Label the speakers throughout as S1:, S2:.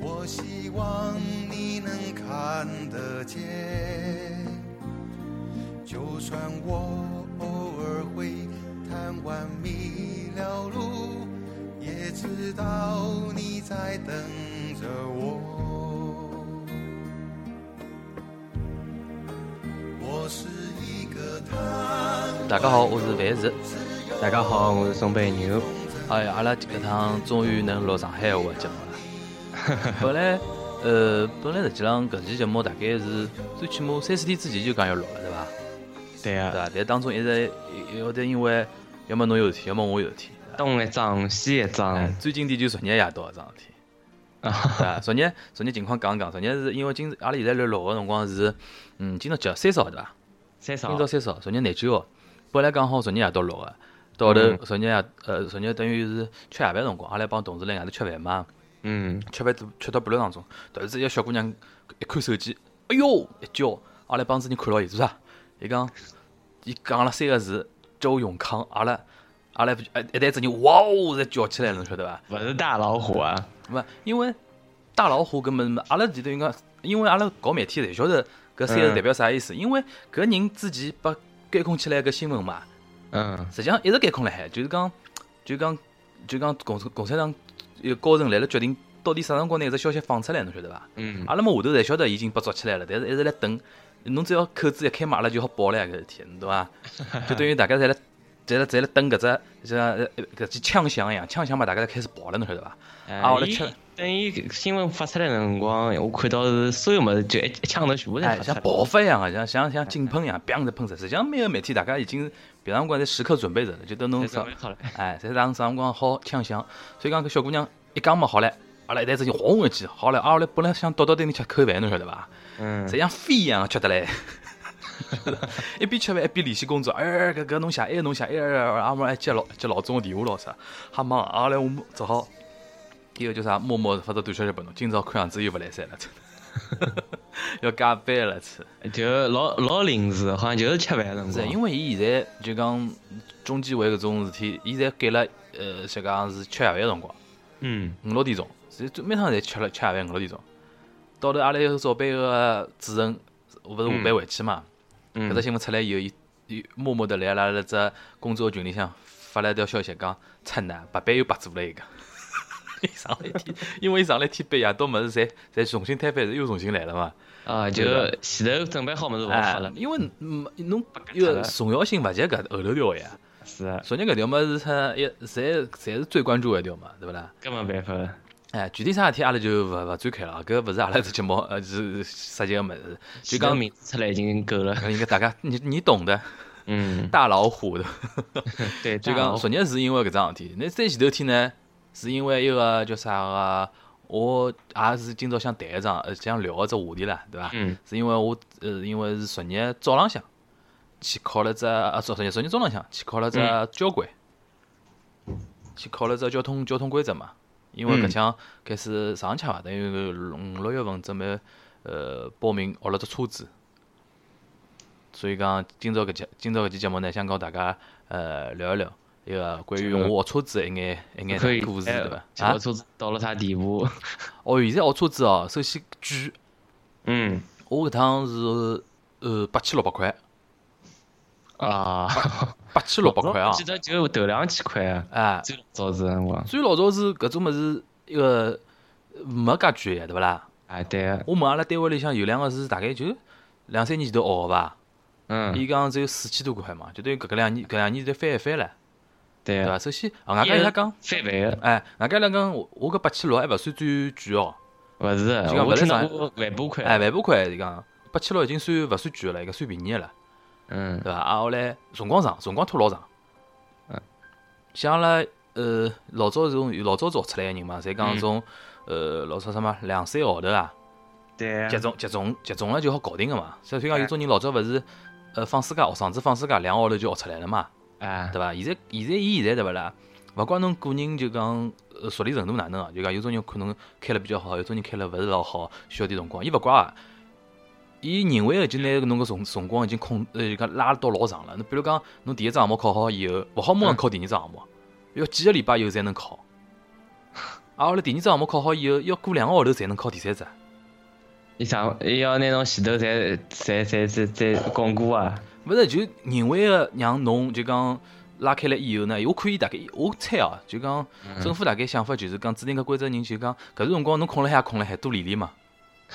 S1: 我希望你能看得见。就算我偶尔会贪玩迷了路，也知道你在等着我。我是一个贪
S2: 大家好，我是范石。
S3: 大家好，我是宋贝牛。
S2: 哎呀，阿拉这个趟终于能录上海话节目了。 本来，呃，本来实际上搿期节目大概是最起码三四天之前就讲要录了，对伐？
S3: 对
S2: 对
S3: 啊，
S2: 伐？但当中一直有得因为要么侬有事体，要么我有事体。
S3: 东一张西一
S2: 哎
S3: 张，
S2: 最经典就是昨日夜到搿桩事体。
S3: 啊，
S2: 对伐？ 昨日昨日情况讲一讲，昨日是因为今阿拉现在辣录个辰光是，嗯，今朝几号？三十号对伐？
S3: 三
S2: 今朝
S3: 少
S2: 三十号，昨日廿九号，本来讲好昨日夜到录个，到后头
S3: 嗯
S2: 昨日夜呃昨日等于是吃夜饭辰光，阿拉帮同事辣外头吃饭嘛，
S3: 嗯，
S2: 吃饭吃到半路当中，突然之间一个小姑娘一看手机，哎哟一叫，阿拉帮子人看牢伊做啥？伊讲，伊讲了三个字周永康，阿拉阿拉一一代子人哇哦侪叫起来了，侬晓得伐？
S3: 不是大老虎啊，
S2: 勿，因为大老虎根本阿拉就等于讲，因为阿拉搞媒体侪晓得搿三个字代表啥意思，因为搿人之前被监控起来搿新闻嘛，
S3: 嗯
S2: 实际上一直监控辣海，就是讲，就是讲，就是讲共共产党有高层来了决定到底啥辰光拿搿只消息放出来，侬晓得伐？
S3: 嗯，
S2: 阿拉么下头侪晓得已经被抓起来了，但是一直辣等。侬只要口子一开嘛，阿拉就好报了呀搿事体，侬懂伐？就等于大家侪辣侪辣侪辣等搿只像搿只枪响一样，枪响嘛，大家侪开始跑了，侬晓得伐？啊我来
S3: 伊
S2: 吃了
S3: 哎等伊新闻发出来的辰光，我看到是所有物事就一一枪头全部
S2: 哎
S3: 侪，发
S2: 像
S3: 出来。
S2: 爆发一样的，像像像井喷一样，砰的喷出来。实际上，每个媒体大家已经别辰光侪时刻准备着了，就等侬
S3: 侪
S2: 啥
S3: 准备，好了，
S2: 哎，侪当啥辰光好枪响。所以讲，搿小姑娘一讲嘛，好唻，阿拉一台子就轰一记，好唻，阿拉本来想倒倒对面吃口饭，侬晓得伐？
S3: 嗯
S2: 侪，像飞一样吃得来。 一边吃饭一边联系工作，哎，搿搿侬写，哎侬写，哎哎，阿妈还接老接老总个电话咯啥，哈忙，阿来我们只好，一个叫啥，默默地发只短消息拨侬，今朝看样子又勿来三了，真的， 要加班了，是。
S3: 就老老临时，好像就是吃饭的辰
S2: 是，
S3: 光。
S2: 因为伊现在就讲中纪委搿种事体，伊现在改了，呃，就讲是吃夜饭个辰光，
S3: 嗯，
S2: 五六点钟，所以最每趟侪吃了吃夜饭五六点钟。到头阿拉一个早班个主任，勿是下班回去嘛，
S3: 嗯
S2: 搿只新闻出来以后，伊伊默默地来阿拉那只工作群里向发了一条消息，讲惨呐，白班又白做了一个。 伊上了一天，因为伊上了一天班，夜到物事侪侪重新摊翻，又重新来了嘛。
S3: 啊，就前头准备好物事勿发
S2: 哎
S3: 了，，
S2: 因为嗯侬
S3: 搿
S2: 有
S3: 了
S2: 重要性勿及搿后头条个呀。
S3: 是啊，
S2: 昨日搿条么是他一侪侪是最关注的一条嘛，对勿啦？
S3: 搿没办法了。
S2: 哎，具体啥事体阿拉就勿勿展开了啊，搿勿是阿拉只节目，呃，是涉及个物事，就
S3: 就
S2: 讲
S3: 讲名字出来已经够 了。
S2: 搿应该大家你你懂的，
S3: 嗯，
S2: 大老虎 的，
S3: 对，
S2: 就
S3: 大老
S2: 讲
S3: 虎
S2: 昨日是因为搿桩事体，那再前头天呢，是因为一个叫啥个，我也是今朝想谈一桩，呃，想聊个只话题啦，对伐？
S3: 嗯
S2: 是因为我呃，因为是昨日早浪向去考了只啊，昨昨日昨日中浪向去考了只
S3: 嗯
S2: 交规，去考了只交通交通规则嘛。因为搿
S3: 嗯
S2: 腔开始上去伐，等于五六月份准备呃报名学了只车子，所以讲今朝搿节今朝搿期节目呢，想跟大家呃聊一聊一个关于
S3: 这个
S2: 我学车子的一眼一眼
S3: 可以
S2: 故事对伐？
S3: 哎
S2: 啊
S3: 我，车子到了啥地步？
S2: 哦，现在学车子哦，首先贵，
S3: 嗯
S2: 我搿趟是呃八千六百块。
S3: 啊，
S2: 八千六百块啊
S3: 我！记得就头两千块啊，
S2: 哎，
S3: 最早子辰光。
S2: 最老早是搿种物事，一个呃没介贵个，对勿啦？
S3: 啊，对啊，
S2: 我问阿拉单位里向有两个是大概就两三年前头学个吧，
S3: 嗯，
S2: 伊讲只有四千多块嘛，就等于搿个两年搿两年侪翻一番了，
S3: 对
S2: 对伐？，
S3: 啊
S2: 首先，啊外加伊拉讲，
S3: 翻倍的，
S2: 哎，外加伊拉讲，我我搿八千六还勿算最贵哦，
S3: 勿是
S2: 就讲，
S3: 我
S2: 勿是
S3: 听
S2: 上
S3: 到过万把块，
S2: 哎，万把块伊讲，八千六已经算勿算贵了，已经算便宜个了。
S3: 嗯
S2: 对伐？啊，后来辰光长，辰光拖老长。
S3: 嗯，
S2: 像阿拉呃老早从老早子学出来个人嘛，侪讲从呃老早什么两三个号头啊，
S3: 对啊
S2: 集，中集中集中了就好搞定个嘛。所以讲
S3: 哎
S2: 有种人老早勿是，呃，放暑假学生子放暑假两个号头就学出来了嘛，
S3: 啊，
S2: 对伐？现在现在伊现在对勿啦？勿怪侬个人就讲呃熟练程度哪能啊？就讲有种人可能开了比较好，有种人开了勿是老好，需要点辰光。伊勿怪啊，伊认为已经拿侬个辰辰光已经控呃就讲拉到老长了。侬比如讲侬第一只项目考好以后，勿好马上考第二只项目，要几个礼拜以后才能考。啊，阿拉第二只项目考好以后，要过两个号头才能考第三只。
S3: 伊上伊要拿侬前头侪侪侪侪侪巩固啊，
S2: 勿是，就人为个让侬就讲拉开了以后呢，我看伊大概，我猜啊，就讲
S3: 嗯
S2: 政府大概想法就是讲指定搿规则人就讲搿种辰光侬空了海也空了海，多练 练嘛，对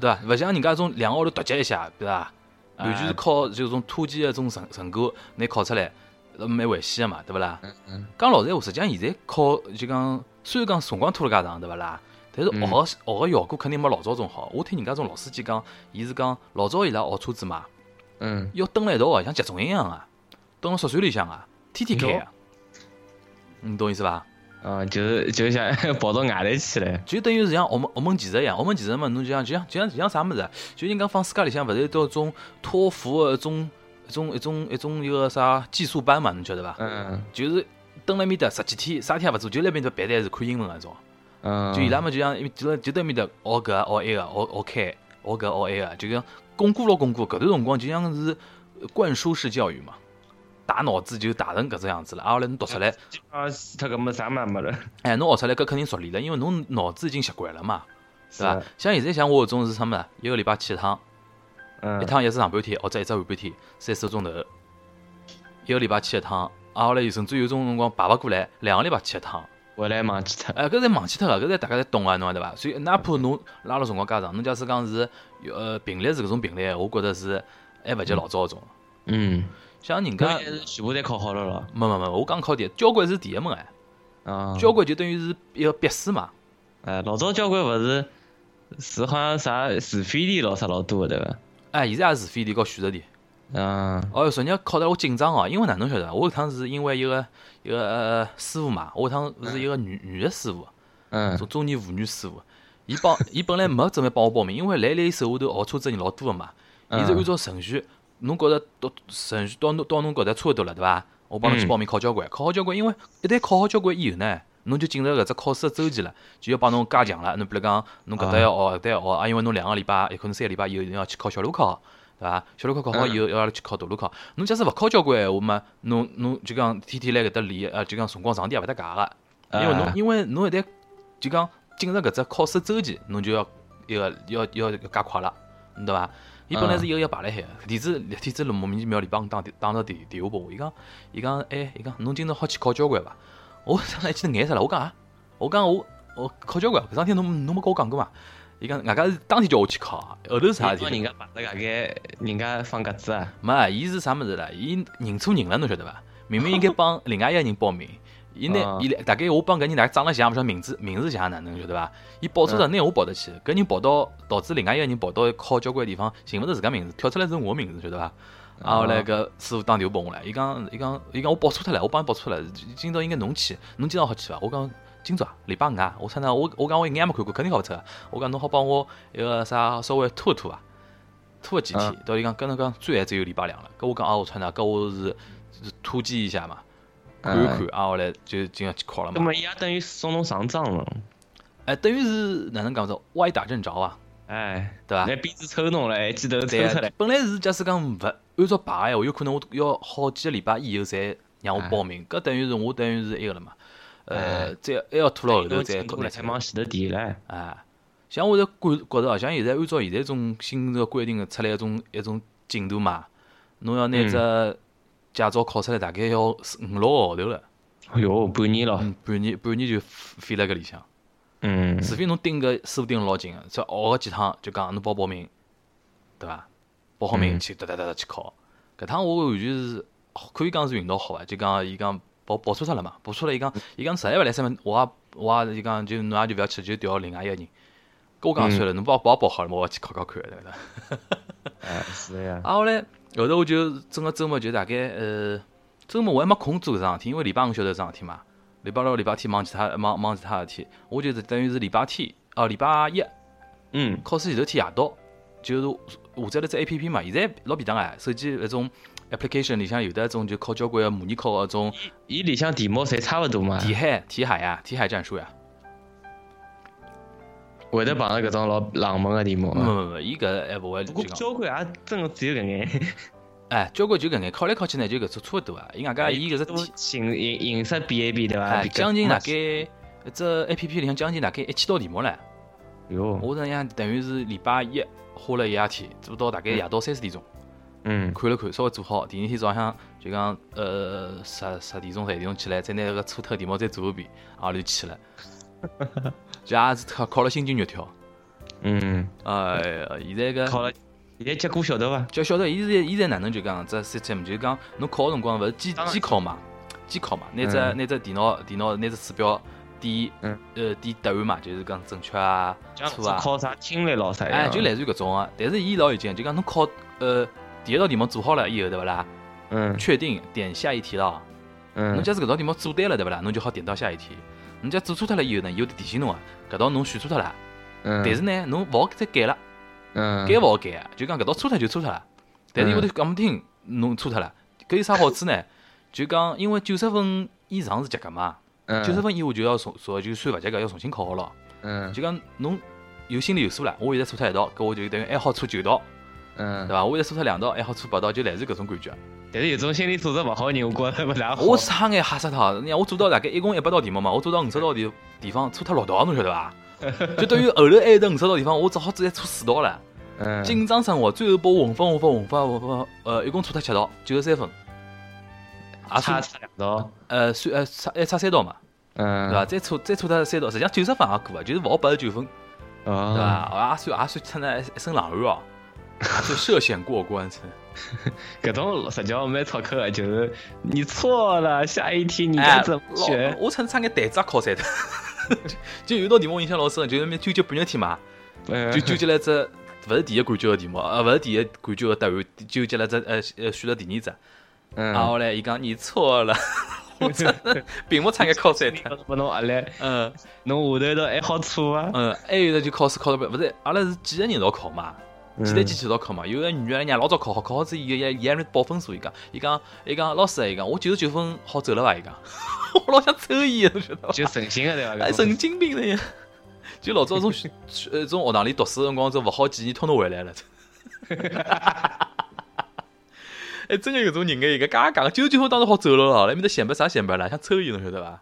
S2: 伐？勿像人家种两个号头突击一下，对伐？
S3: 嗯
S2: 完全是靠就种突击的种成成果拿考出来，呃蛮危险个嘛，对勿啦？
S3: 嗯
S2: 讲老实闲话，实际上现在考就讲，虽然讲辰光拖了介长，对勿啦？但是学
S3: 嗯
S2: 个学个效果肯定没老早种好。我听人家种老司机讲，伊是讲老早伊拉学车子嘛，
S3: 嗯，
S2: 要蹲辣一道啊，像集中营一样啊，蹲辣宿舍里向啊，天天开啊，你懂意思伐？
S3: 哦，就是就像 跑到外头去了，
S2: 就等于是像澳门澳门技术一样，澳门技术嘛，侬就像就像就像就像啥物事啊，就人家放暑假里向勿是有到种托福的一种一种一种一种一个啥技术班嘛，侬晓得伐？
S3: 嗯
S2: 就是蹲辣埃面搭十几天，啥事体也勿做，就辣埃面搭背单词、看英文那种。
S3: 嗯，
S2: 就伊拉嘛，就像就就对面的学搿个学埃个学学开学搿个学埃个，就讲巩固牢巩固。搿段辰光就像是呃灌输式教育嘛，打脑子就打成搿只样子了。啊，后来侬读出来，
S3: 基本上是脱搿没啥嘛没了，
S2: 哎，侬学出来搿肯定熟练了，因为侬脑子已经习惯了嘛，对伐
S3: 是？？啊
S2: 像现在像我搿种是啥物事？一个礼拜去一趟，一
S3: 嗯，
S2: 趟一是上半天，或者一只下半天，三四个钟头，一个礼拜去一趟。啊，后来有甚至有种辰光排勿过来，两个礼拜去一趟。
S3: 回来忘记脱，
S2: 哎，搿侪忘记脱了，搿侪大家侪懂啊，侬晓得伐？所以哪
S3: 嗯
S2: 怕侬拉了辰光介长，侬假使讲是有呃频率是搿种频率，我觉着是还勿及老早搿种。
S3: 嗯，
S2: 像人家
S3: 搿，呃是全部侪考好了咯，
S2: 没没没，我讲考点，交关是第一门哎，
S3: 啊，
S2: 交关就等于是一个必试嘛。
S3: 哎，老早交关勿是是好像啥是非题咯啥老多的对伐？
S2: 哎，现在也是非题和选择题。
S3: 嗯
S2: 哦，昨日考得我紧张哦，因为哪能晓得？我搿趟是因为一个一个呃师傅嘛，我搿趟是一个女女的师傅，
S3: 嗯
S2: 中中年妇女师傅，伊帮伊本来没准备帮我报名，因为来来伊手下头学车子人老多个嘛，伊是
S3: 嗯
S2: 按照程序，侬觉着到程序到侬到侬搿搭差勿多了对伐？我帮侬去
S3: 嗯
S2: 报名考交关，考好交关，因为一旦考好交关以后呢，侬就进入搿只考试个周期了，就要帮侬加强了。侬比如讲，侬搿搭要学，搿搭要学，啊，因为侬两个礼拜，有可能三个礼拜以后侬要去考小路考。对伐？小路考考好以后，
S3: 嗯
S2: 要阿拉去考大路考。侬假使勿考交关闲话嘛，侬侬就讲天天来搿搭练，呃，就讲辰光长点也勿搭界个。因为侬
S3: 啊
S2: 因为侬一旦就讲进入搿只考试周期，侬就要一个要要要加快了，侬对伐？伊本来是一个要排辣海的，天子天子莫名其妙里帮打打到电电话拨我，伊讲伊讲哎，伊讲侬今朝好去考交关伐？我上来一记头眼色了，我讲啊，我讲我我考交关，搿桩事体侬侬没跟我讲过嘛？伊讲外加是当天叫我去考啊，后头是啥事
S3: 帮
S2: 体
S3: 人？家摆了大概人家放鸽子啊，
S2: 没，伊是啥物事啦？伊认错人了，侬晓得伐？明明应该帮另外一个人报名，伊拿
S3: 啊
S2: 伊大概我帮搿人大概长了像，勿晓得名字名字像哪能晓得伐？伊报错了，拿我报得去，搿人跑到导致另外一个人跑到考交关地方，寻勿着自家名字，跳出来是我名字，晓得伐？啊，后来搿师傅打电话拨我来，伊讲伊讲伊讲我报错脱了，我帮伊报错了，今朝应该侬去，侬今朝好去伐？我讲今朝啊礼拜五啊，我操那我我讲我一眼也没看过，肯定考勿出啊。我讲侬好帮我一个啥稍微拖一拖啊，拖个几天
S3: 嗯。
S2: 到伊讲跟侬讲最晚只有礼拜两了，搿我讲啊我操那搿我是是突击一下嘛，
S3: 嗯
S2: 看一看啊，后来就今朝去考了
S3: 那
S2: 嘛。
S3: 么伊也等于送侬上账了，
S2: 哎，等于是哪能讲着歪打正着啊，
S3: 哎，
S2: 对伐？
S3: 那鞭子抽侬了，还记头抽
S2: 对
S3: 出来哎
S2: 啊，，本来是假使讲勿按照排闲话，有可能我要好几个礼拜以后才让我报名，搿等于是我等于是埃个了嘛。呃，再还要拖到后头再
S3: 进度了，
S2: 再
S3: 还往前头提了，哎
S2: 啊，像我就感觉着啊，像现在按照现在这种新的规定的出来一种一种进度嘛，侬要拿只驾照考出来，大概要四五六个号头了，
S3: 哎哟，半年了，
S2: 嗯，半年半年就飞了搿里向，
S3: 嗯，
S2: 除非侬盯搿师傅盯得老紧个，再学个几趟就讲侬报报名，对伐？报好名
S3: 嗯
S2: 去哒哒哒哒去考，搿趟我完全是可以讲是运道好啊，就讲伊讲报报错脱了嘛，报错了伊讲伊讲实在勿来三分，我也我也就讲就侬也就勿要去，就调另外一个人。搿我讲算了，侬帮我帮我报好了嘛，我也去考考看，对伐？
S3: 哎，是呀，
S2: 啊，后来后头我就整个周末就大概呃，周末我还没空做搿桩事体，因为礼拜五晓得搿桩事体嘛，礼拜六、礼拜天忙其他忙忙其他事体，我就是等于是礼拜天哦，礼拜一
S3: 嗯，
S2: 考试前头天夜到，就是下载了只 A P P 嘛。现在老便当哎，手机搿种 application 里向有的一种就考交关模拟考搿种
S3: 伊里向题目侪差勿多嘛，
S2: 题海、题海呀、题海战术呀。啊
S3: 会得碰到搿种老冷门个题目
S2: 没
S3: 啊。
S2: 没没，伊搿还勿会
S3: 不过
S2: 就讲。
S3: 交关也真个只有搿眼，
S2: 哎，交关就搿眼，考来考去呢就搿只差勿多啊。伊外加伊搿只
S3: 都
S2: 题，
S3: 形形形式比一比对伐？
S2: 哎，
S3: 比搿
S2: 将近大概搿只 A P P 里向将近大概一千道题目唻。
S3: 哟，
S2: 我这样等于是礼拜一花了一夜天，做到大概夜到三四点钟，
S3: 嗯，
S2: 看了看，稍微做好。第二天早浪向就讲呃十十点钟、十一点钟起来，再拿个错脱题目再做一遍，啊，就去了。 就也是考考了心惊肉跳。
S3: 嗯，
S2: 哎呀，现在个
S3: 考了，现在结果晓得伐？
S2: 就晓得伊现在现在哪能就讲这 system 就是讲侬考个辰光勿是机
S3: 当然
S2: 机考嘛，机考嘛，拿只
S3: 嗯
S2: 拿只电脑电脑拿只鼠标点
S3: 嗯
S2: 呃点答案嘛，就是讲正确啊
S3: 像
S2: 错啊，
S3: 考啥听力咯啥一
S2: 哎
S3: 样。
S2: 就类似于搿种啊。但是伊老有劲，就讲侬考呃第一道题目做好了以后对勿啦？
S3: 嗯
S2: 确定点下一题了，侬
S3: 嗯，
S2: 假使搿道题目做对了对勿啦？侬就好点到下一题。侬假做错脱了以后呢，伊会得提醒侬啊，搿道侬选错脱了，
S3: 但
S2: 但是呢侬勿好再改了。
S3: 嗯，
S2: 改勿好改啊，就讲搿道错脱就错脱了，但是伊会得讲勿听侬错脱了，搿有啥好处呢？就讲因为九十分以上是及格嘛，
S3: 嗯
S2: 九十分以下就要重说就算勿及格要重新考好了。
S3: 嗯
S2: 就讲侬有心里有数了，我现在错脱一道，搿我就等于还好错九道，
S3: 嗯
S2: 对，伐？我现在错脱两道，还好错八道，就类似搿种感觉。
S3: 但是有种心理素质勿好的人，我觉着勿大好。
S2: 我差眼吓死他，你看我做到大概一共一百道题目嘛，我做到五十道地地方错脱六道，侬晓得 伐？就等于后头还有得五十道地方，我只好直接错四道了。
S3: 嗯
S2: 紧张生活，最后把我混分混分混分混分，呃，一共错脱七道，九十三分，也
S3: 差
S2: 算
S3: 差两道，
S2: 呃算呃差还差三道嘛，
S3: 嗯，
S2: 对伐？？再错再错脱三道，实际上九十分也过啊，就是勿好八十九分，对
S3: 哦，
S2: 伐？也算也啊算出那一身冷汗哦，也算涉险过关。真的
S3: 搿种实际上蛮操扣的，就是你错了，下一 题你该
S2: 哎
S3: 怎么，
S2: 老
S3: 选？
S2: 我差差眼台子也考三脱， 就有一道题目我印象老深，就是那边纠结半日天嘛，
S3: 嗯
S2: 就纠结了一只。勿是第一感觉个题目，呃，勿是第一感觉个答案，纠结了只呃呃选了第二只，啊
S3: 嗯，
S2: 然后嘞，伊讲你错了，我真 的屏幕差眼敲碎
S3: 你
S2: 脱。
S3: 搿拨侬压力，
S2: 嗯
S3: 侬下头一道还好错啊？
S2: 嗯，还有的就考试考得不，勿是，阿拉是几个人一道考嘛，
S3: 嗯
S2: 几台机器一道考嘛。有个女个人家老早考好，考好之后伊个伊伊还没报分数，伊讲，伊讲，伊讲老师，伊讲我九十九分好走了伐？伊讲， 我老想抽伊，侬晓得伐？
S3: 就省心个对伐？
S2: 哎，
S3: 搿种
S2: 神经病了呀！就老早从 学呃从学堂里读书的辰光，这勿好几年，通通回来了。 哎，真有搿种人哎，搿嘎嘎，九十九分当时好走了啊啦，来面搭显摆啥显摆啦，想抽伊侬晓得伐？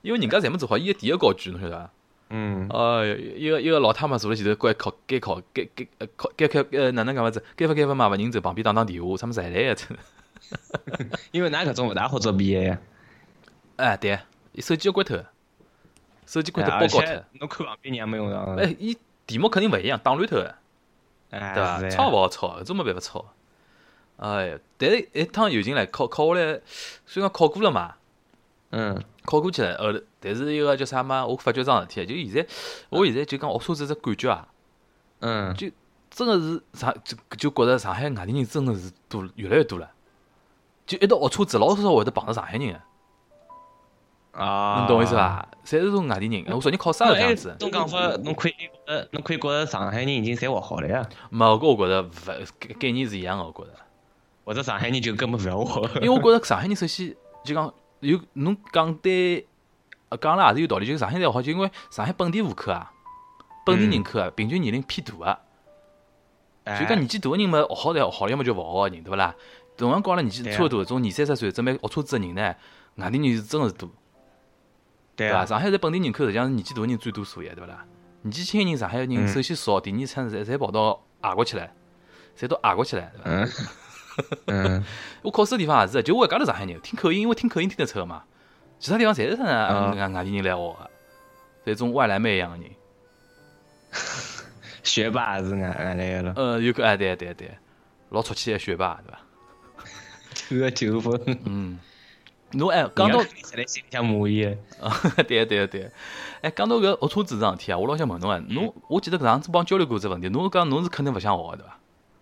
S2: 因为人家侪没做好，伊个第一高举侬晓得伐？
S3: 嗯，
S2: 哎哟，一个一个老太妈坐辣前头，该考该考该该呃考该考呃哪能讲法子？该分该分嘛，勿认真，旁边打打电话，啥物事还来呀？真的。
S3: 因为㑚搿种勿大好做毕业呀，
S2: 哎，对，伊手机要关脱，手机关脱
S3: 哎
S2: 包
S3: 而
S2: 高脱
S3: 且。侬看旁边人也没用上，
S2: 哎，伊题目肯定勿一样，打乱头的。
S3: 哎，
S2: 对啊伐？
S3: 是
S2: 抄
S3: 呀
S2: 勿好抄，搿种没办法抄。哎呀，但是一趟友情来考考下来，虽然讲考过了嘛，
S3: 嗯
S2: 考过去了，后头但是一个叫啥嘛，我发觉桩事体，就现在，我现在就讲学车子只感觉啊，
S3: 嗯，
S2: 就真个是上就就觉着上海外地人真个是多越来越多了。就一到学车子，老少会得碰着上海人的，
S3: 啊，嗯
S2: 侬懂我意思？伐？侪是从外地人，我昨日考啥
S3: 那哎
S2: 个样子？
S3: 侬讲法，侬可以觉得，侬可以觉得上海人已经侪活好了呀，
S2: 没，搿我觉着勿概概念是一样个，我觉着。
S3: 或者上海人就根本勿要活。
S2: 因为我觉着上海人首先就讲有侬讲对，呃讲了也是有道理，就是上海人好，就因为上海本地户口啊，本地人口
S3: 嗯
S2: 啊，平均年龄偏大啊，
S3: 哎
S2: 就讲年纪大个人嘛，学好侪学好了，要么就勿学个人，对勿啦？同样讲了年纪
S3: 对啊
S2: 差勿多，种二三十岁准备学车子个人呢，外地人是真个是多，
S3: 对
S2: 对伐？
S3: 啊，
S2: 上海在本地人口实际上是年纪大个人占多数呀，对勿啦？年纪轻个人，上海个人
S3: 嗯
S2: 首先少，第二层侪侪跑到外国去了，侪到外国去了，对伐？
S3: 嗯嗯，
S2: 我考试个地方也是的，就我一家头上海人，听口音，因为听口音听得出个嘛。其他地方侪是啥呢？外
S3: 啊
S2: 外地人来学个，这种外来妹一样个人。
S3: 学霸是俺俺来个了，
S2: 呃，有个哎，对对对，老出气个学霸，对伐？
S3: 九个九分，
S2: 嗯，侬哎，讲到
S3: 人家肯定是来心里向满意的。
S2: 对对对，哎，讲到搿学车子桩事体啊，我老想问侬啊，侬我记得搿上次帮我交流过只问题，侬讲侬是肯定勿想学个对伐？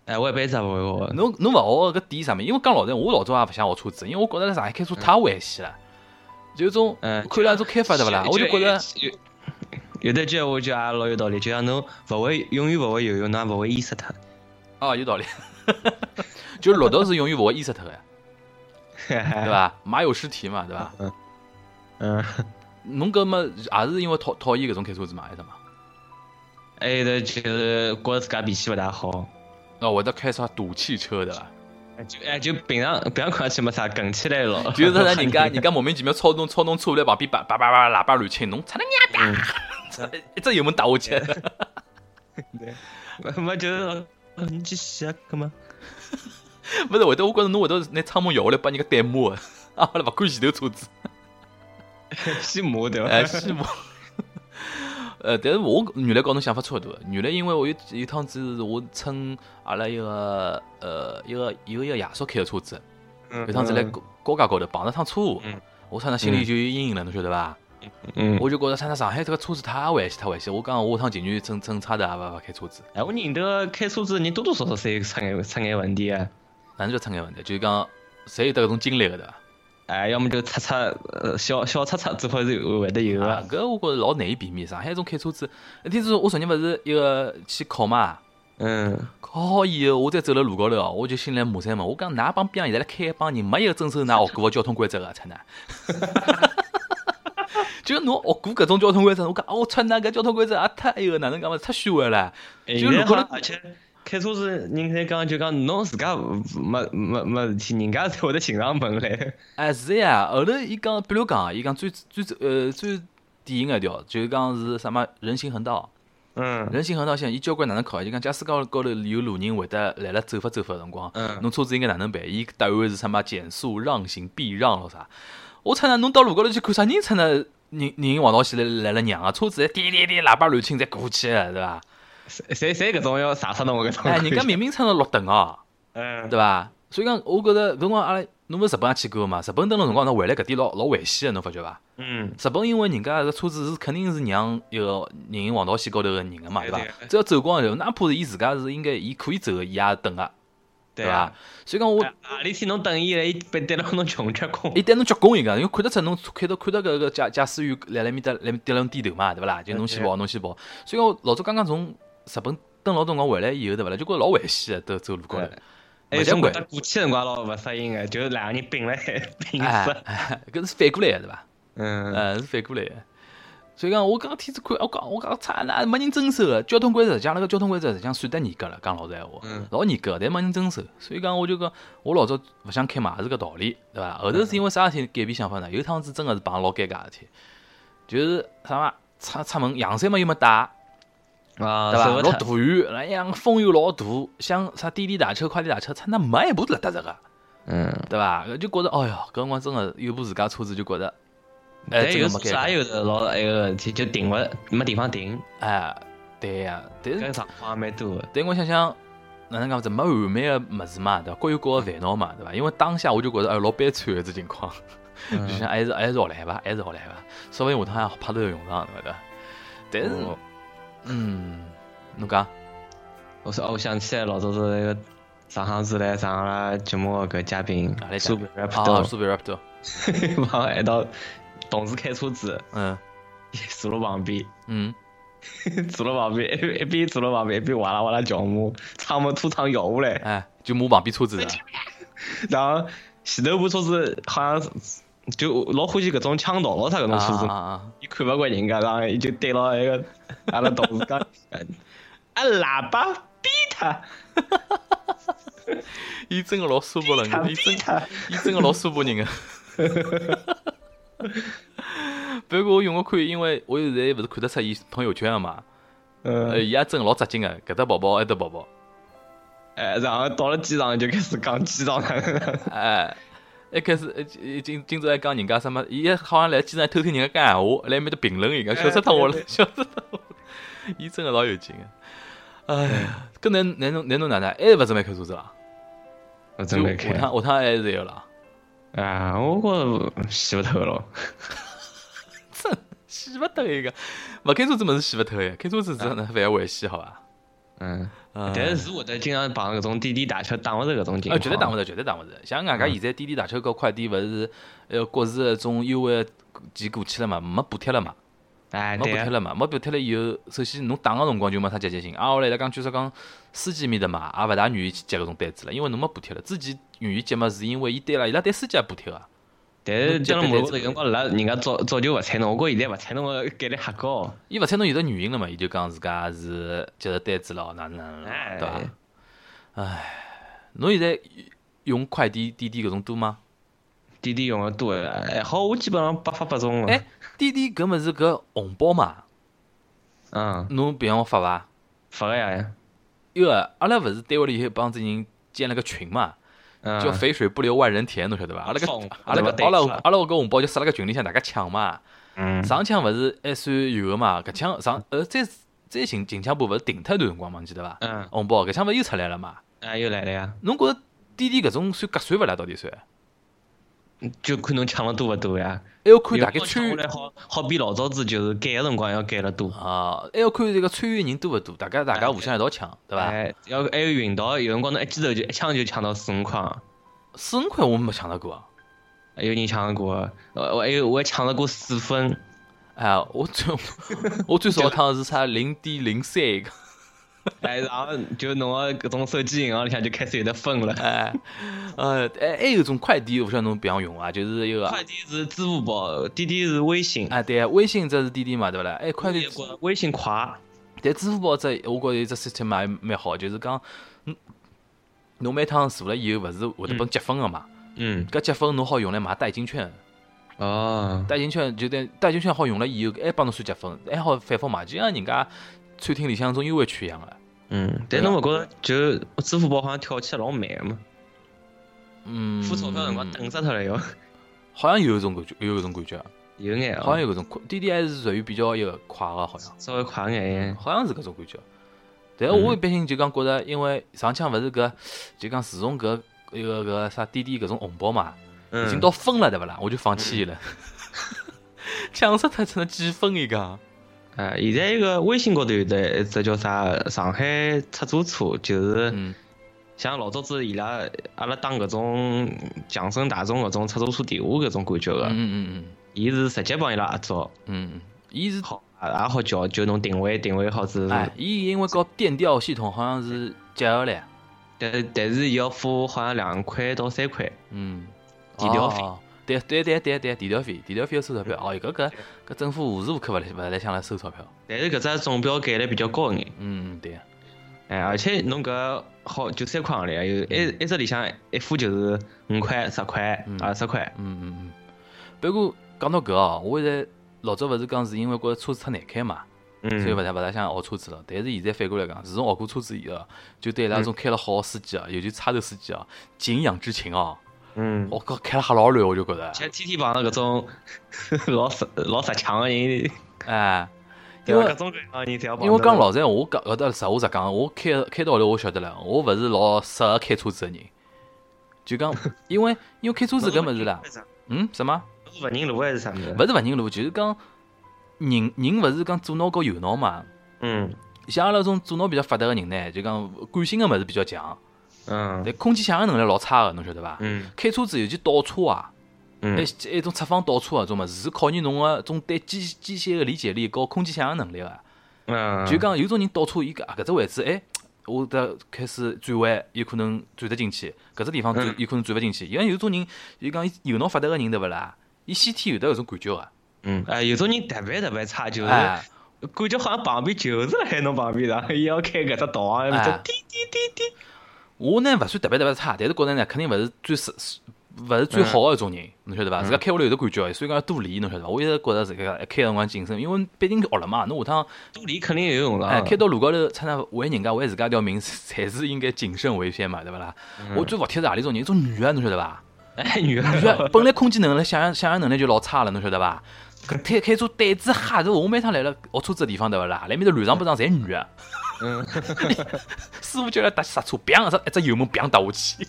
S3: 哎，我一辈子也勿会学的。
S2: 侬侬勿学搿点啥物事？因为讲老实，闲话，我老早也勿想学车子，因为我觉着上海开车太危险了，就种
S3: 嗯
S2: 看了一种开发对勿啦？我就觉着
S3: 就有的句话就也老有道理，就像侬勿会永远勿会游泳，侬也勿会淹死脱。
S2: 啊，有道理。 就是绿豆是永远勿会淹死脱的呀，对
S3: 对？
S2: 伐？马有失蹄嘛，对伐？
S3: 嗯，
S2: 侬搿么也是因为讨讨厌搿种开车子嘛，还是嘛？
S3: 还有的就是哎觉着自家脾气勿大好，
S2: 哦，会得开啥赌气车对伐？
S3: 就哎就平常平常看上去没啥，梗起来了。
S2: 就是让人家 人家莫名其妙操弄操弄车来旁边叭叭叭叭喇叭乱亲，侬擦了娘的，一只油门打下去。
S3: 没没就是，呃你去洗啊，干 嘛？
S2: 勿是，会得我觉着侬会得拿窗门摇下来，把人家对骂的。啊， 阿拉勿管前头车子，
S3: 洗马对
S2: 哎，
S3: 伐？
S2: 是嘛？ 呃，但是我原来跟侬想法差勿多的。原来因为我有有一趟子，我乘阿拉一个呃一个有一个爷叔开的车子，
S3: 嗯
S2: 有趟子来高高架高头碰着趟车祸
S3: 嗯，
S2: 我操，那心里就有阴影了，侬晓得伐？
S3: 嗯，
S2: 我就觉着，啥那上海这个车子太危险，太危险。我讲我趟情愿真真差的也勿勿开车子，
S3: 哎，我认得开车子的人多多少少侪有出眼出眼问题啊。
S2: 哪能叫出眼问题？就是讲，侪有得搿种经历个对伐？
S3: 哎，要么就擦擦呃小小擦擦，只好是有会得有
S2: 啊
S3: 啊。，
S2: 搿我觉着老难以避免。上海种开车子，那天子我昨日勿是一个去考嘛，
S3: 嗯，
S2: 考好以后，我再走辣路高头哦，我就心里骂三骂，我讲㑚帮边上现在辣开一帮人，没一个遵守㑚学过个交通规则个，操㑚！ 就是侬学过搿种交通规则，我讲啊，我操㑚搿交通规则也太那个哪能讲嘛，太虚伪了。
S3: 哎
S2: 就如果
S3: 现在哈而且开车子人家讲就讲侬自家没没没事体，人家才会得寻上门来。
S2: 哎，是呀，后头伊讲，比如讲啊，伊讲最最呃最典型个一条，就是讲是啥么人行横道，
S3: 嗯
S2: 人行横道线，伊交关哪能考？伊讲，假使高高头有路人会得来了走法走法个辰光，
S3: 嗯，
S2: 侬车子应该哪能办？伊答案是啥么减速、让行、避让咯啥？我操呢，侬到路高头去看啥人操呢？人人往道前来来了娘啊，车子还滴滴滴喇叭乱亲，侪过去了，对伐？
S3: 谁谁搿种要杀死侬搿种。
S2: 哎，人家明明穿着绿灯哦。
S3: 嗯
S2: 对伐？所以讲，我觉着搿辰光阿拉侬勿是日本也去过嘛？日本蹲了辰光，侬回来搿点老老危险个，侬发觉伐？
S3: 嗯，
S2: 日本因为人家搿车子是肯定是让一个人行黄道线高头个人个嘛，对
S3: 对
S2: 伐
S3: 对？
S2: 只要走光的时候，哪怕是伊自家是应该伊可以走个，伊也等个，对啊伐
S3: 伐？？
S2: 所以讲我
S3: 哎何里天侬等伊来，伊被逮牢侬穷吃空
S2: 一。旦侬结棍一个，因为看得出侬看到看到搿个驾驾驶员辣辣面搭辣跌两低头嘛，对勿啦？就侬先跑，侬先跑。所以讲，我老早刚刚从日本蹲老辰光回来以后，对勿啦？就觉着老危险个，都走路高头。
S3: 哎，
S2: 勿结
S3: 从
S2: 棍
S3: 搿搭过去的辰光老勿适应个，就两个人并了 并
S2: 哎
S3: 死。，
S2: 搿是反过来个，对伐？
S3: 嗯，
S2: 呃，是反过来的。所以讲，我刚天子看，我讲我讲，差那没人遵守个交通规则，讲那个交通规则实际上算得严格了，讲老实闲话
S3: 嗯，
S2: 老严格，但没人遵守。所以讲，我就讲，我老早勿想开嘛，也是个道理，对伐？后头是因为啥事体改变想法呢？有一趟子真个是碰到老尴尬的事体，就是啥嘛，出出门阳伞嘛又没带，
S3: 啊，
S2: 对伐？
S3: 手
S2: 老
S3: 勿
S2: 大雨，哎呀，风又老大，像啥滴滴打车、快递打车，差那没一部是辣搭这个，
S3: 嗯，
S2: 对伐？就觉着，哎哟，搿辰光真个有部自家车子就觉着，哎，
S3: 但
S2: 真
S3: 有
S2: 个
S3: 时
S2: 没
S3: 候
S2: 尴
S3: 啥
S2: 尬。
S3: 有的老埃个就就停勿没地方停，
S2: 哎，对呀、但
S3: 搿
S2: 是
S3: 状况也蛮多个。
S2: 但我想想，哪能讲子没完美的物事嘛，对伐？各有各的烦恼嘛，对伐？因为当下我就觉着哎老悲催的这情况， 就
S3: 嗯
S2: 想还是还是学来吧，还是学来吧，说不定下趟也派得着用场，对勿对？但是，
S3: 哦
S2: 嗯，侬讲
S3: 我说，哦我想起来老早子那个上上次来上阿拉节目个搿嘉宾
S2: 哪里
S3: 苏北 rap
S2: 啊，苏北 rap 的，
S3: 往埃到同事开车子，
S2: 嗯
S3: 坐了旁边，
S2: 嗯，
S3: 坐了旁边，一一边坐了旁边，一边哇啦哇啦叫骂，窗门拖窗摇下来，
S2: 哎，就摸旁边车子啊 的，
S3: 然后前头部车子好像是就老欢喜搿种腔道咯啥搿
S2: 啊
S3: 种车子
S2: 啊，啊，
S3: 伊看勿惯人家，然后伊就对牢那 个阿拉同事讲，啊喇叭逼他，
S2: 啊 伊真个老苏北人
S3: 他，
S2: 伊真
S3: 逼他，
S2: 伊真个老苏北人个。不过我用个看，因为我现在勿是看得出伊朋友圈个嘛，呃，
S3: 嗯，
S2: 伊也真老扎劲个，搿搭宝宝，埃搭宝宝，
S3: 哎，然后到了机场就开始讲机场哪能哪能
S2: 哎，一开始，呃今今今朝还讲人家什么，伊也好像来机场偷听人家讲闲话，来埃面搭评论伊讲，笑死脱我了
S3: 哎，
S2: 笑死脱我了，伊真个老有劲个，哎呀，搿难难侬难侬哪能，啊还勿准备开车子啦？
S3: 我真
S2: 就
S3: 没
S2: 下
S3: 看
S2: 趟下趟还是要啦，
S3: 啊！我觉着洗不透了，
S2: 真洗勿脱一个，勿开车子么是洗勿脱个，开车子真的反而危险，好啊伐？
S3: 嗯，
S2: 嗯
S3: 啊但是我得经常碰搿种滴滴打车打勿着搿种情
S2: 啊，
S3: 况，
S2: 绝对打勿
S3: 着。
S2: 着，绝对打勿着。像外加
S3: 嗯
S2: 现在滴滴打车和快递勿是呃，国是搿种优惠期过去了嘛，没补贴了嘛，
S3: 哎，
S2: 没
S3: 对
S2: 表
S3: 啊
S2: 态，了嘛，没表态了以后，首先侬打个辰光就没啥积极性，啊，后来来讲，据说讲司机面的嘛，也勿大愿意去接搿种单子了，因为侬没补贴了。之前愿意接嘛，是因为伊对了，伊拉对司机也补贴啊。
S3: 但是
S2: 接
S3: 蹲辣
S2: 班
S3: 马路
S2: 台
S3: 高
S2: 子
S3: 头有辰光，伊拉人家早早就勿睬侬，我觉现在勿睬侬个概率瞎高。
S2: 伊勿睬侬有得原因了嘛，伊就讲自家是接受单子了，哪能哪能，
S3: 哎
S2: 嗯对啊伐？唉，侬现在用快递、滴滴搿种多吗？
S3: 滴滴用的多了，还好我基本上百发百中了。
S2: 哎，滴滴搿物事搿红包嘛，
S3: 嗯，
S2: 侬别让我发伐？
S3: 发个呀，
S2: 一个阿拉勿是单位里有一帮子人建了个群嘛，
S3: 嗯，啊
S2: 叫肥水不流外人田，侬晓得伐？阿拉个
S3: 放
S2: 阿拉
S3: 对
S2: 个
S3: 吧对
S2: 阿拉
S3: 是吧
S2: 阿拉个红包就塞辣个群里向，大家抢嘛。
S3: 嗯，
S2: 上抢勿是还算有个嘛，搿抢上呃再再近近抢部勿是停脱一段辰光嘛，你记得伐？
S3: 嗯，
S2: 红包搿抢勿又出来了嘛？
S3: 啊，又来了呀，
S2: 侬觉着滴滴搿种算合算勿啦？到底算？
S3: 就看侬抢了多勿多呀。
S2: 还要看大家
S3: 有辰
S2: 参与
S3: 光抢下来好好比老早子就是改个辰光要改了多。
S2: 啊，还要看这个参与人多勿多，大家大家互相一道抢，对伐？
S3: 哎，要还有运道，有辰光侬一记头就一抢就抢到四五块，
S2: 四五块我没抢到过啊。
S3: 还有人抢得过，呃我还有我还抢得过四分，
S2: 哎呀，我最 我最少一趟是啥零点零三一个，
S3: 哎，然后就侬个搿种手机银行里向就开始有得分了。
S2: 哎，呃，哎，还有一种快递，我不晓得侬别样用啊，就是一个，
S3: 快递是支付宝，滴滴是微信，
S2: 啊，对，微信这是滴滴嘛，对不啦？哎，快递
S3: 结，果微信快。
S2: 但支付宝这我觉着有只 system 嘛还蛮好，就是讲，嗯，侬每趟坐了以后，勿是会得帮积分个嘛？
S3: 嗯，
S2: 搿积分侬好用来买代金券，
S3: 哦，
S2: 代金券就等代金券好用了以后，还帮侬算积分，还哎好反复买，就像人家餐厅里向种优惠券一样个。
S3: 嗯，但侬勿觉着就支付宝好像跳起来老慢个嘛？
S2: 嗯，
S3: 付钞票辰光等死脱了哟，
S2: 好像有一种感觉，有一种感觉，
S3: 有眼啊，
S2: 好像有搿种快滴滴还是属于比较一个快个，好像
S3: 稍微快眼。
S2: 好像是搿种感觉。但是我一般性就讲觉着，因为上腔勿是搿就讲自从搿一个搿啥滴滴搿种红包嘛，
S3: 嗯，
S2: 已经到分了对勿啦？我就放弃了，嗯 抢死脱成了几分一个。
S3: 啊，现在一个微信高头有得一只叫啥上海出租车，就是
S2: 嗯，
S3: 像老早子伊拉阿拉打搿种强生大众搿种出租车电话搿种感觉
S2: 嗯
S3: 个，
S2: 嗯嗯
S3: 伊是直接帮伊拉合作，
S2: 嗯嗯，伊是
S3: 好也好叫，就侬定位定位好之后，
S2: 哎，伊因为搞电调系统好像是结合嘞，
S3: 但但是伊要付好像两块到三块，
S2: 嗯，
S3: 电调费
S2: 哦。对对对对对，电调费，电调费要收钞票。哦，搿搿搿政府无时无刻勿来勿来向来收钞票。
S3: 但是搿只中标概率比较高一眼。
S2: 嗯，对。
S3: 哎，而且侬搿好就三块行钿啊，有一一只里向一副就是五块、十块啊
S2: 嗯、
S3: 二十块。
S2: 嗯嗯嗯。不过讲到搿哦，我现在老早勿是讲是因为觉着车子太难开嘛，
S3: 嗯，
S2: 所以勿大勿大想学车子了。但是现在反过来讲，自从学过车子以后，就对伊拉
S3: 嗯
S2: 这种开了好个司机啊，尤其差头司机啊，敬仰之情哦，
S3: 嗯，
S2: 我靠，开了瞎老乱，我就觉着，
S3: 其实天天碰到搿种老实老实强个人，
S2: 哎，
S3: 对
S2: 因
S3: 伐
S2: 为
S3: 搿种搿样的人侪要碰到
S2: 因为讲老实闲话，我讲搿搭实话实讲，我开开到后来我晓得了，我勿是老适合开车子个人。就 讲，因为因为开车子搿物事啦，嗯，什么？
S3: 侬是勿认路还是啥物事？
S2: 勿是勿认路，就是讲人人勿是讲左脑和右脑嘛。
S3: 嗯
S2: 像阿拉种左脑比较发达个人呢，就讲感性个物事比较强，
S3: 嗯
S2: 但空间想象能力老差个，侬晓得伐？
S3: 嗯
S2: 开车子尤其倒车啊，
S3: 嗯
S2: 还一种侧方倒车啊，种物事是考验侬个种对机机械个理解力和空间想象能力个、
S3: 嗯，
S2: 就讲有种人倒车，伊搿搿只位置，哎，我得开始转弯，有可能转得进去；搿只地方转
S3: 嗯
S2: 有可能转勿进去。因为有种人，伊讲伊右脑发达个人对勿啦？伊先天有得搿种感觉个，
S3: 嗯，哎，有种人特别特别差，就是
S2: 哎，
S3: 呃感觉好像旁边就是辣海侬旁边，然后伊 要开搿只导航，
S2: 哎
S3: 这滴滴滴滴，
S2: 我呢勿算特别特别差，但是觉着呢肯定勿是最适，勿是最好个一种人，侬晓得伐？自家开下来有得感觉，所以讲要多练，侬晓得伐？我一直觉着自家开个辰光谨慎，因为毕竟学了嘛，侬下趟
S3: 多理肯定有用了啊。
S2: 哎开到路高头，差点为人家为自家一条命， 才是应该谨慎为先嘛，对勿啦？我最勿贴是何里种人，一种女个侬晓得伐？
S3: 哎，
S2: 女
S3: 女的
S2: 个 本来空间能力、想象想象能力就老差了，侬晓得伐？搿开开车胆子吓得我每趟来了学车子的地方对勿啦？来面头乱上不上侪女个，
S3: 嗯，
S2: 师傅叫伊拉踏刹车，砰一只一只油门砰踏下去。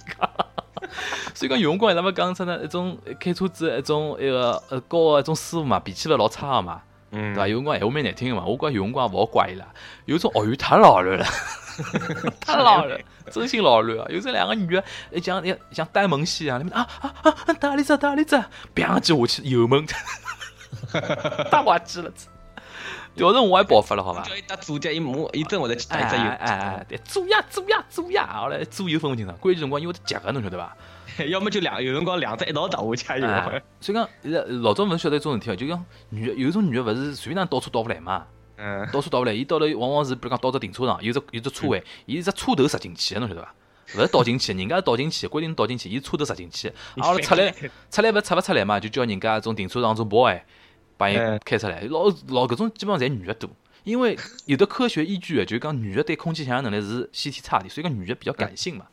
S2: 所以讲，有辰光伊拉么讲出呢，一种开车子一种一个呃高个一种师傅嘛，脾气了老差个嘛，对
S3: 嗯
S2: 伐？有辰光闲话蛮难听个嘛，我觉有辰光勿好怪伊拉，有种学员太老 乱了，太老了， 真心老乱啊！有这两个女个，一讲一像呆萌戏一样，里面啊啊啊啊， 打里子打里子，砰就下去油门，打滑稽了。调成我还爆发了，好伐？
S3: 叫伊搭左脚，伊马伊真会得去搭
S2: 哎
S3: 一只
S2: 哎
S3: 右
S2: 哎哎，对，左呀左呀左呀，后来左右分不清爽，关键辰光因为我夹个，侬晓得伐？
S3: 脚， 要么就两有辰光两只一道打下去也有
S2: 哎。所以讲，现在老早勿是晓得一种事体哦，就讲女的有一种女的勿是随便倒车倒勿来嘛，
S3: 嗯，
S2: 倒车倒勿来，伊到了往往是比如讲到只停车场，有只有只车位，伊是只车头塞进去的，侬晓得伐？勿是倒进去，人家是倒进去，规定倒进去，伊是车头塞进 去，
S3: 你
S2: 啊，后来出来出来
S3: 翻开
S2: 勿出勿出来嘛，就叫人家从停车场中 boy 把伊
S3: 嗯
S2: 开出来，老老搿种基本上侪女的多。因为有的科学依据啊的，就是讲女的对空气想象能力是先天差点，所以讲女的比较感性嘛。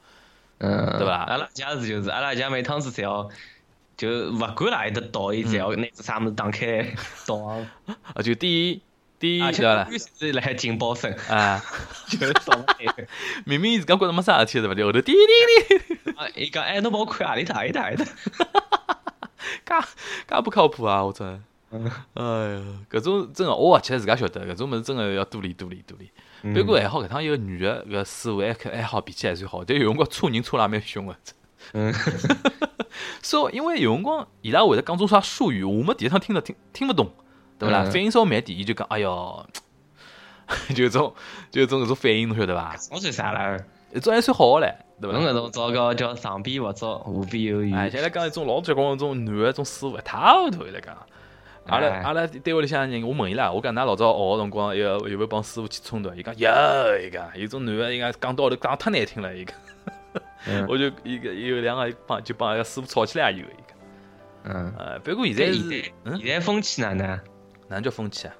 S3: 嗯，
S2: 对吧
S3: 阿拉家是就是，阿拉家每趟子侪要就勿管哪一搭倒，伊侪要
S2: 嗯
S3: 拿只啥物事打开倒啊，
S2: 啊，就第一第一
S3: 而
S2: 晓
S3: 且
S2: 得
S3: 永
S2: 伐
S3: 远是辣海警报声，
S2: 啊，
S3: 就是倒勿来。
S2: 明明自家觉着没啥事体对勿对？后头滴滴滴，
S3: 啊，伊讲哎，侬帮我看何里搭何里搭何里搭，
S2: 介介不靠谱啊！我真，
S3: 嗯
S2: 哎哟，搿种真个我学起来自家晓得，搿种物事真个要多练多练多练。嗯不
S3: 嗯
S2: 过还好，搿趟有个女个搿师傅还可还好，脾气还算好，但有辰光搓人搓了也蛮凶个。
S3: 嗯，
S2: 所以因为有辰光伊拉会得讲种啥术语，我们第一趟听了听听勿懂，对勿啦？
S3: 嗯
S2: 反应稍微慢点，伊就讲哎哟， 就种就种搿种反应，侬晓得伐？
S3: 我算啥 啦？
S2: 搿种还算好个唻，对勿啦
S3: 侬？搿种糟糕叫上边勿足，下边有余。
S2: 哎，现在讲一种老结棍，一种男的，一种师傅一塌糊涂来讲。阿拉
S3: 哎
S2: 阿拉单位里向人，我问伊拉，我讲㑚老早学个辰光，有有没有帮师傅起冲突？伊讲有，伊讲有种男的，伊讲讲到后头讲太难听了，伊讲
S3: 嗯，
S2: 我就伊个有两个帮就帮阿拉师傅吵起来也有，伊讲。
S3: 嗯，
S2: 呃，不过现在
S3: 现
S2: 是
S3: 在，
S2: 嗯，
S3: 现在风气哪能啊？
S2: 哪叫风气啊？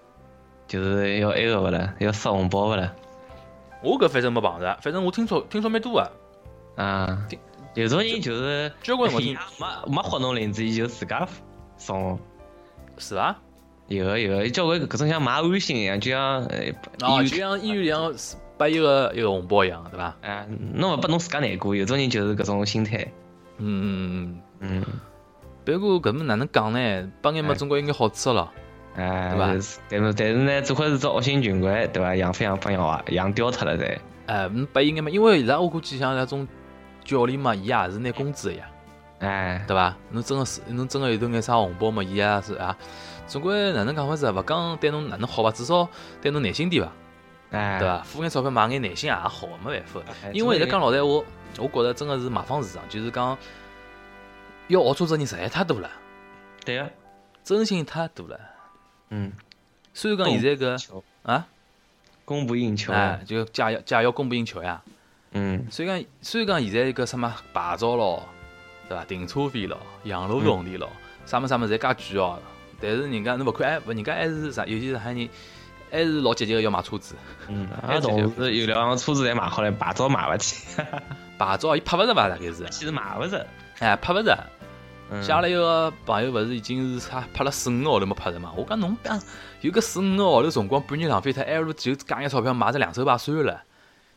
S3: 就是要埃个勿啦，要塞红包勿啦？
S2: 我搿反正没碰着，反正我听说听说蛮多啊，
S3: 啊
S2: 对，
S3: 有种人就是
S2: 交关我
S3: 伊
S2: 听
S3: 拉没没豁侬领子，伊就自家送。
S2: 是伐？
S3: 有个有个，伊交关搿种像买安心一样，就像呃，
S2: 哦，
S3: 医
S2: 就
S3: 院
S2: 像医院里 向拨一个一个红包一样，对伐？
S3: 啊，侬勿拨侬自家难过，有种人就是搿种心态。
S2: 嗯嗯嗯嗯。
S3: 嗯，
S2: 不过搿么哪能讲呢？帮眼么
S3: 哎
S2: 总归有眼好处了。
S3: 啊，
S2: 对吧
S3: 是但是但是呢，只会是只恶性循环，对伐？养肥养胖养坏，养刁脱了侪。
S2: 哎，嗯，拨伊眼嘛，因为现在我估计像那种教练嘛，伊也是拿工资的呀，
S3: 哎，
S2: 对伐？侬真个是，侬真个有得眼啥红包嘛，伊也是啊。总归哪能讲法子啊，勿讲对侬哪能好伐，至少对侬耐心点伐，
S3: 哎，
S2: 对伐？付眼钞票买眼耐心也好，没办法。
S3: 哎？
S2: 因为现在讲老实闲话，我觉着真个是买方市场，就是讲要学车子的人实在太多了，
S3: 对个，
S2: 真心太多了。
S3: 嗯，
S2: 虽然讲现在搿
S3: 求
S2: 啊，
S3: 供不应求。
S2: 哎，就价要价要供不应求呀。
S3: 嗯，
S2: 所以讲，所以讲现在搿什么牌照咯，对伐？停车费咯，养老用地咯，啥物啥物事侪介贵哦。但是人家侬勿看，哎，人家还是啥，尤其是上海人，还是老积极个要买车子。
S3: 嗯，
S2: 哎
S3: 阿拉同事有辆车子侪买好了，牌照买勿起，
S2: 牌照伊拍勿着伐？大概是，
S3: 其实买勿着。
S2: 哎，拍勿着。
S3: 嗯
S2: 像阿拉有个朋友勿是已经是啥拍了四五个号头没拍着嘛？我讲侬讲有搿四五个号头辰光半日浪费脱，还不如就加眼钞票买只两手牌算了。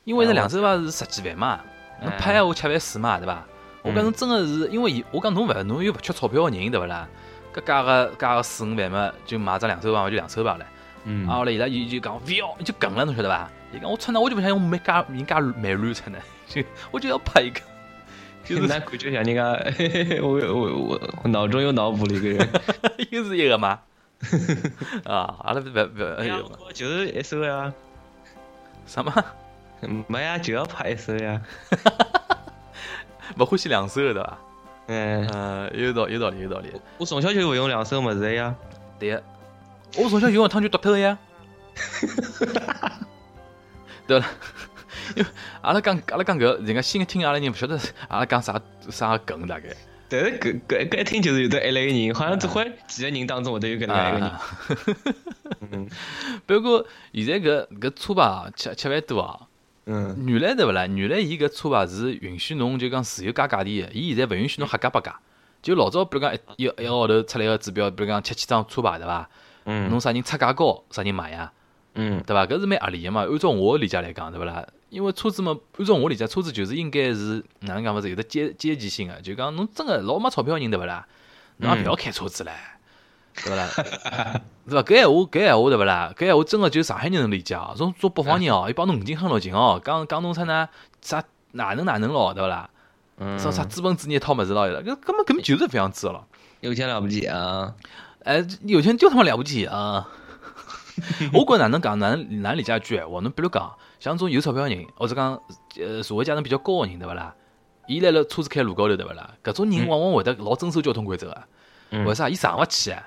S2: 因为这两手牌是十几万嘛，侬
S3: 哎
S2: 拍闲话吃饭水嘛，对伐？我讲侬真个是，因为伊我讲侬勿侬又勿缺钞票个人，对勿啦？搿加个加个四五万嘛，就买只两手牌嘛，就两手牌了。
S3: 嗯
S2: 啊，后来伊拉伊就讲勿要，就梗了，侬晓得伐？伊讲我穿呢，我就勿想用美加人家美乱穿呢，就我就要拍一个，就是
S3: 那感觉像人家，嘿嘿嘿我我我我脑中又脑补了一个人。
S2: 又 是一个嘛。啊，阿拉勿勿哎
S3: 哎呀
S2: 呦，，
S3: 我 就是一首呀，
S2: 什么
S3: 没呀就要拍一首呀，
S2: 勿欢喜两手的对伐？
S3: 嗯，
S2: 啊呃，有道有道理有道理。
S3: 我从小就会用两首么子呀，
S2: 对个，我从小游泳趟就读脱个呀。 对了， 因为阿拉讲阿拉讲搿，人家新听阿拉人勿晓得阿拉讲啥啥梗大概。
S3: 但是搿搿搿一听就是有得一类个人，好像只会几个人当中会得有搿能一个人，
S2: 啊，
S3: 嗯
S2: 不过现在搿搿车牌啊吃吃饭多啊。
S3: 嗯，
S2: 原来对勿啦？原来伊搿车牌是允许侬就讲自由加价钿的，伊现在勿允许侬瞎加八加。就老早比如讲一一一个号头出来个指标，比如讲七千张车牌对伐？
S3: 嗯
S2: 侬啥人出价高，啥人买啊呀，
S3: 嗯
S2: 对伐？搿是蛮合理个嘛。按照我个理解来讲，对勿啦？因为车子嘛，按照我理解，车子就是应该是哪能讲法子，有得阶阶级性个，就讲侬真个老没钞票人对勿啦？侬也勿要开车子唻，对勿啦？ 是伐？搿闲话，搿闲话对勿啦？搿闲话真个就上海人能理解哦。从做北方人哦，伊帮侬五斤哼六斤哦，讲讲侬啥呢？啥哪能哪能咯，对勿啦？
S3: 嗯，
S2: 啥啥资本主义一套物事咯，搿搿么搿么就是搿样子个咯。
S3: 有钱了不起啊，
S2: 哎，有钱就他妈了不起啊！我觉着哪能讲，哪能哪能理解一句闲话？侬比如讲，像种有钞票人，或者讲呃社会阶层比较高个人，对勿啦？伊辣辣车子开路高头，对勿啦？搿种人往往会得老遵守交通规则个，
S3: 嗯
S2: 为啥？伊上勿去啊，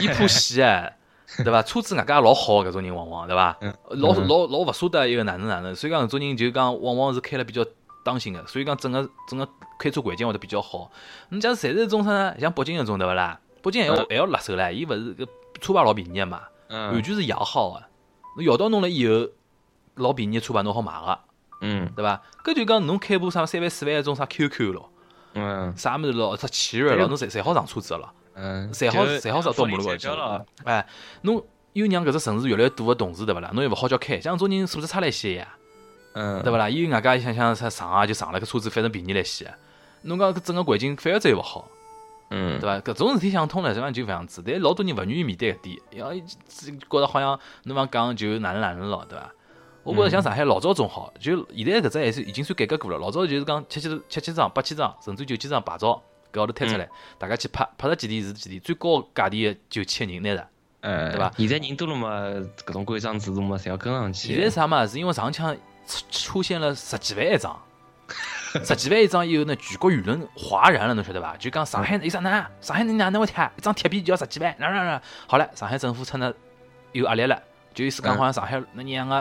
S2: 伊怕死啊， 对伐？车子外加也老好，搿种人往往对伐？老
S3: 嗯
S2: 老老勿舍得一个哪能哪能，所以讲搿种人就讲往往是开了比较当心个，所以讲整个整个开车环境会得比较好。侬假如侪是种啥，像北京搿种对勿啦？北京还要
S3: 嗯
S2: 还要辣手唻，伊勿是搿车牌老便宜个嘛，完
S3: 嗯
S2: 全是摇号个，侬摇到侬了以后，老便宜的车牌侬好买个，
S3: 嗯
S2: 对伐？搿就讲侬开部啥三万四万搿种啥 QQ 咯，
S3: 嗯
S2: 啥物事咯，啥奇瑞咯，
S3: 哎
S2: 侬侪侪好上车子了。
S3: 嗯，
S2: 侪好侪好上到马路高
S3: 高了。
S2: 哎，侬又让搿只城市越来越大个同时，对勿啦？侬又勿好叫开，像搿种人素质差了一些呀，
S3: 嗯，
S2: 对勿啦？伊外加想想啥上啊，就上了搿车子，反正便宜了一些。啊侬讲搿整个环境反而再又勿好，
S3: 嗯
S2: 对，伐？搿种事体想通了，实际上就搿样子。但老多人勿愿意面对搿点，要觉着好像侬讲讲就哪能哪能咯，对伐？我觉着像上海老早种好，就现在搿只还是已经算改革过了。老早就是讲七七七七张、八七张，甚至九七张牌照搿号头推出来，大家去拍拍着几钿是几钿，最高价钿个九千人拿着。
S3: 嗯，
S2: 对吧？
S3: 现在人多了嘛，各种规章制度嘛，侪要跟上去。
S2: 现在啥嘛？是因为上腔出出现了十几万一张，十几万一张以后呢，全国舆论哗然了，侬晓得伐？就讲上海有啥呢？上海人哪能会贴？一张铁币就要十几万，哪哪哪？好了，上海政府趁着有压力了，就意思讲
S3: 嗯
S2: 好像上海那娘个，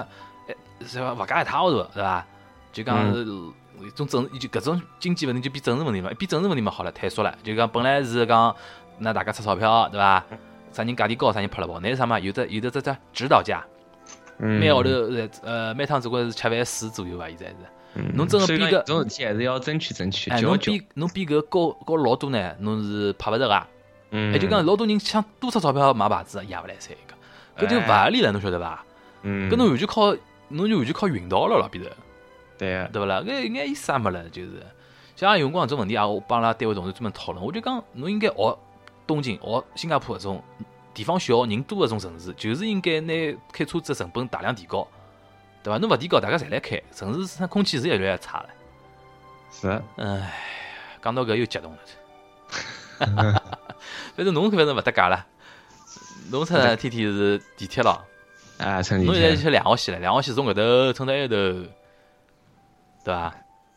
S2: 哎是吧？物价一塌糊涂，对伐？就讲是一种政就搿种经济问题就变政治问题嘛，一变政治问题嘛好了，退缩了，就讲本来是讲那大家出钞票，对伐？啥人价钿高，啥人拍了跑，乃是啥嘛？有的有的这这指导价。每
S3: 每
S2: 个号头呃呃每趟只不过是吃饭四左右伐，现在是。侬真
S3: 真
S2: 个逼
S3: 个逼
S2: 个
S3: 种事体还是要争取争取，
S2: 哎，
S3: 要
S2: 侬比侬比搿高高老多呢，侬是拍勿着个。
S3: 嗯，
S2: 哎，就讲老多人想多出钞票买牌子也勿来三个，搿就勿合理了，侬晓得伐？
S3: 哎嗯，
S2: 搿侬完全靠侬就完全靠运道了咯，变成
S3: 对啊，
S2: 对勿啦？搿一眼意思也没了，就是。像有辰光搿种问题啊，我帮阿拉单位同事专门讨论，我就讲侬应该学东京、学新加坡搿种地方小、人多搿种城市，就是应该拿开车子成本大量提高，对伐？侬勿提高，大家侪来开，城市生空气是越来越差了。
S3: 是，
S2: 唉，讲到搿又激动了。 反正侬反正勿搭界了，侬出天天是地铁了，
S3: 啊，趁
S2: 侬
S3: 几
S2: 现在
S3: 天
S2: 去两号线了，两号线从搿头乘到埃头，对伐？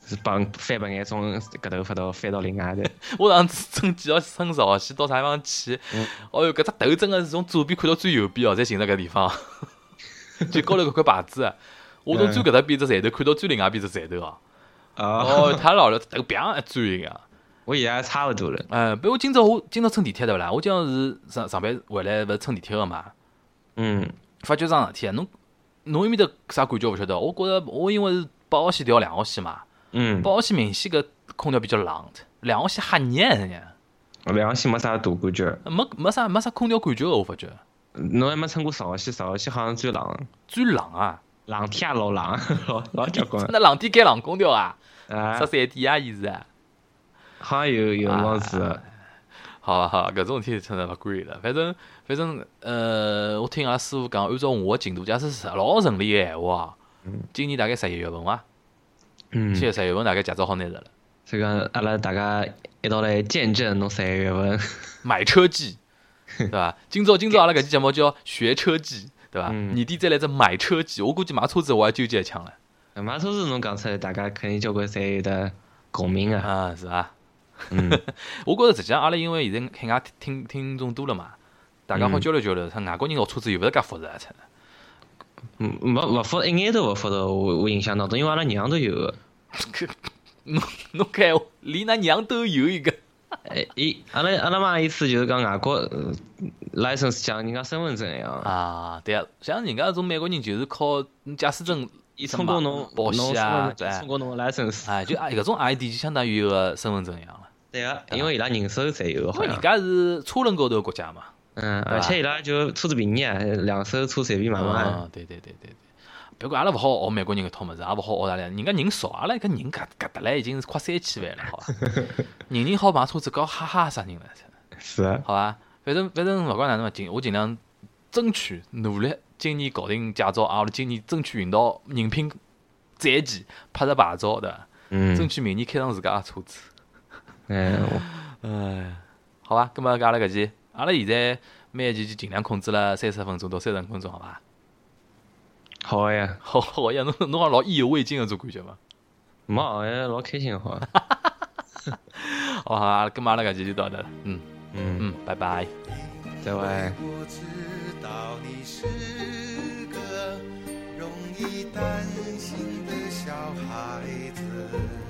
S3: 是帮翻白眼从搿头发到翻到另外头，
S2: 我上次乘几号乘十号线到啥地方啊去？
S3: 嗯
S2: 哦哟，搿只头真个是从左边看到最右边哦，才寻到搿地方。 就高头搿块牌子啊，我从最搿搭边只站头看到最另外边只站头哦。
S3: 啊，
S2: 哦，太老了，头砰一转一个。
S3: 我现在差勿多了，
S2: 哎，不，我今朝我今朝乘地铁对勿啦？我今朝是上上班回来勿是乘地铁个嘛？
S3: 嗯
S2: 发觉桩事体啊，侬侬埃面搭啥感觉勿晓得？我觉着我因为是八号线调两号线嘛，
S3: 嗯
S2: 八，号线明显搿空调比较冷，两号线吓热呢，
S3: 两线没啥大感觉，
S2: 没没啥没啥空调感觉个，我发觉。
S3: 侬还没乘过十号线，十号线好像最冷，
S2: 最冷啊！
S3: 冷天也老冷， 老老结 棍
S2: 那冷天开冷空调啊，
S3: 啊
S2: 十，三点啊，伊是啊。
S3: 好像有有辰光是，
S2: 好啊好啊，搿种事体真的勿管伊了。反正反正呃，我听阿拉师傅讲，按照我个进度，假使是老顺利个闲话啊，今年大概十一月份伐，
S3: 嗯，
S2: 七月十一月份大概驾照好拿着了。
S3: 所以讲阿拉呃大家一道来见证侬十一月份，
S2: 买车 记，对伐？今朝今朝阿拉搿期节目叫学车记，对伐？
S3: 嗯
S2: 年底再来只买车记，我估计买车子我也纠结一腔了
S3: 马车子侬讲出来，大家肯定交关侪有得共 鸣啊，
S2: 啊，是伐？
S3: 嗯。
S2: 我觉着实际上阿拉因为现在海外听听众多了嘛，大家好
S3: 嗯
S2: 交流交流。像外国人学车子又勿是介复杂，真的。
S3: 嗯，勿勿复一眼都勿复杂，我我印象当中，因为阿拉娘都有个，
S2: 侬侬看，连㑚娘都有一个。
S3: 哎，伊阿拉阿拉妈意思就是讲外国呃 license 像人家身份证一样，
S2: 啊，对啊，像人家搿种美国人就是靠驾驶证，
S3: 伊通过侬
S2: 保
S3: 侬
S2: 险啊，对啊
S3: 通，过侬的 license，
S2: 哎，就啊搿种 ID 就相当于一个身份证一样了。
S3: 对啊，因为伊拉人手侪有，
S2: 因
S3: 好
S2: 为人
S3: 像，
S2: 家是车轮高头的国家嘛。
S3: 嗯，
S2: 对吧啊
S3: 而且伊拉就车子便宜啊，两手车随便买买，
S2: 啊，对对对对对。不过阿拉勿好学美国人搿套物事，也勿好学阿拉，人家人少，阿拉搿人搿搿搭来已经是快三千万了，好伐？人人好买车子，搞哈哈啥人了？真的
S3: 是啊，
S2: 好伐？反正反正勿管哪能嘛，尽我尽量争取努力，今年搞定驾照啊！我拉今年争取运到人品再见，拍着牌照对伐？争
S3: 嗯，
S2: 取明年开上自家个车子。
S3: 哎，
S2: 哎，好伐？葛末阿拉搿期，阿拉现在每一期就尽量控制了三十分钟到三十五分钟，好伐？
S3: 好个呀，
S2: 好好呀，侬侬好像老意犹未尽个种感觉嘛。
S3: 没好呀，老开心好。
S2: 好，好，阿拉搿么阿拉搿期就到这了，嗯
S3: 嗯，
S2: 嗯，拜拜。
S3: 对
S1: 因为
S3: 伐？
S1: 我知道你是个容易担心的小孩子。